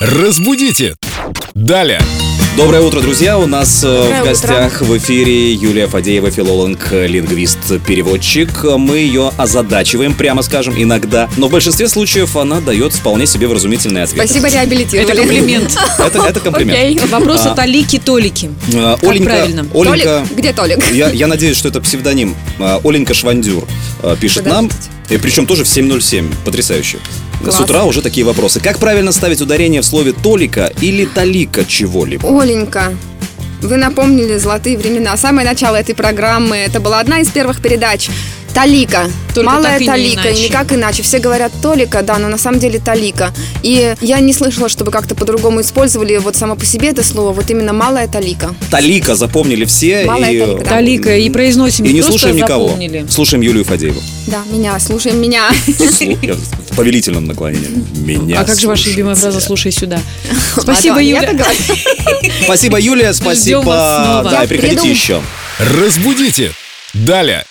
Разбудите! Далее! Доброе утро, друзья! У нас э, Доброе в утро. гостях в эфире Юлия Фадеева, филолог, э, лингвист, переводчик. Мы ее озадачиваем, прямо скажем, иногда. Но в большинстве случаев она дает вполне себе вразумительный ответ. Спасибо, реабилитировали. Это комплимент. Это, это комплимент. Окей. Вопрос А. от Алики-Толики. Э, Как правильно? Оленька, Толик, где Толик? я, я надеюсь, что это псевдоним. Э, Оленька Швандюр э, пишет Подождите. нам, и причем тоже в 7.07. Потрясающе. С Класс. утра уже такие вопросы. Как правильно ставить ударение в слове «толика» или «талика» чего-либо? Оленька, вы напомнили золотые времена. Самое начало этой программы. Это была одна из первых передач. Талика. Только Малая так и не талика. иначе. никак иначе. Все говорят Толика, да, но на самом деле талика. И я не слышала, чтобы как-то по-другому использовали вот само по себе это слово. Вот именно малая талика. «Талика» запомнили все. Малая и... талика, да. Толика, и произносим И не просто слушаем никого. запомнили. Слушаем Юлию Фадееву. Да, меня, слушаем меня. Слу- я В повелительном наклонении. Меня А как же ваша слушайте. любимая фраза «слушай сюда»? Спасибо, А, да, я Юля. так говорю. Спасибо, Юлия, вас спасибо. снова. Да, Я и приходите приду. еще. Разбудите! Далее!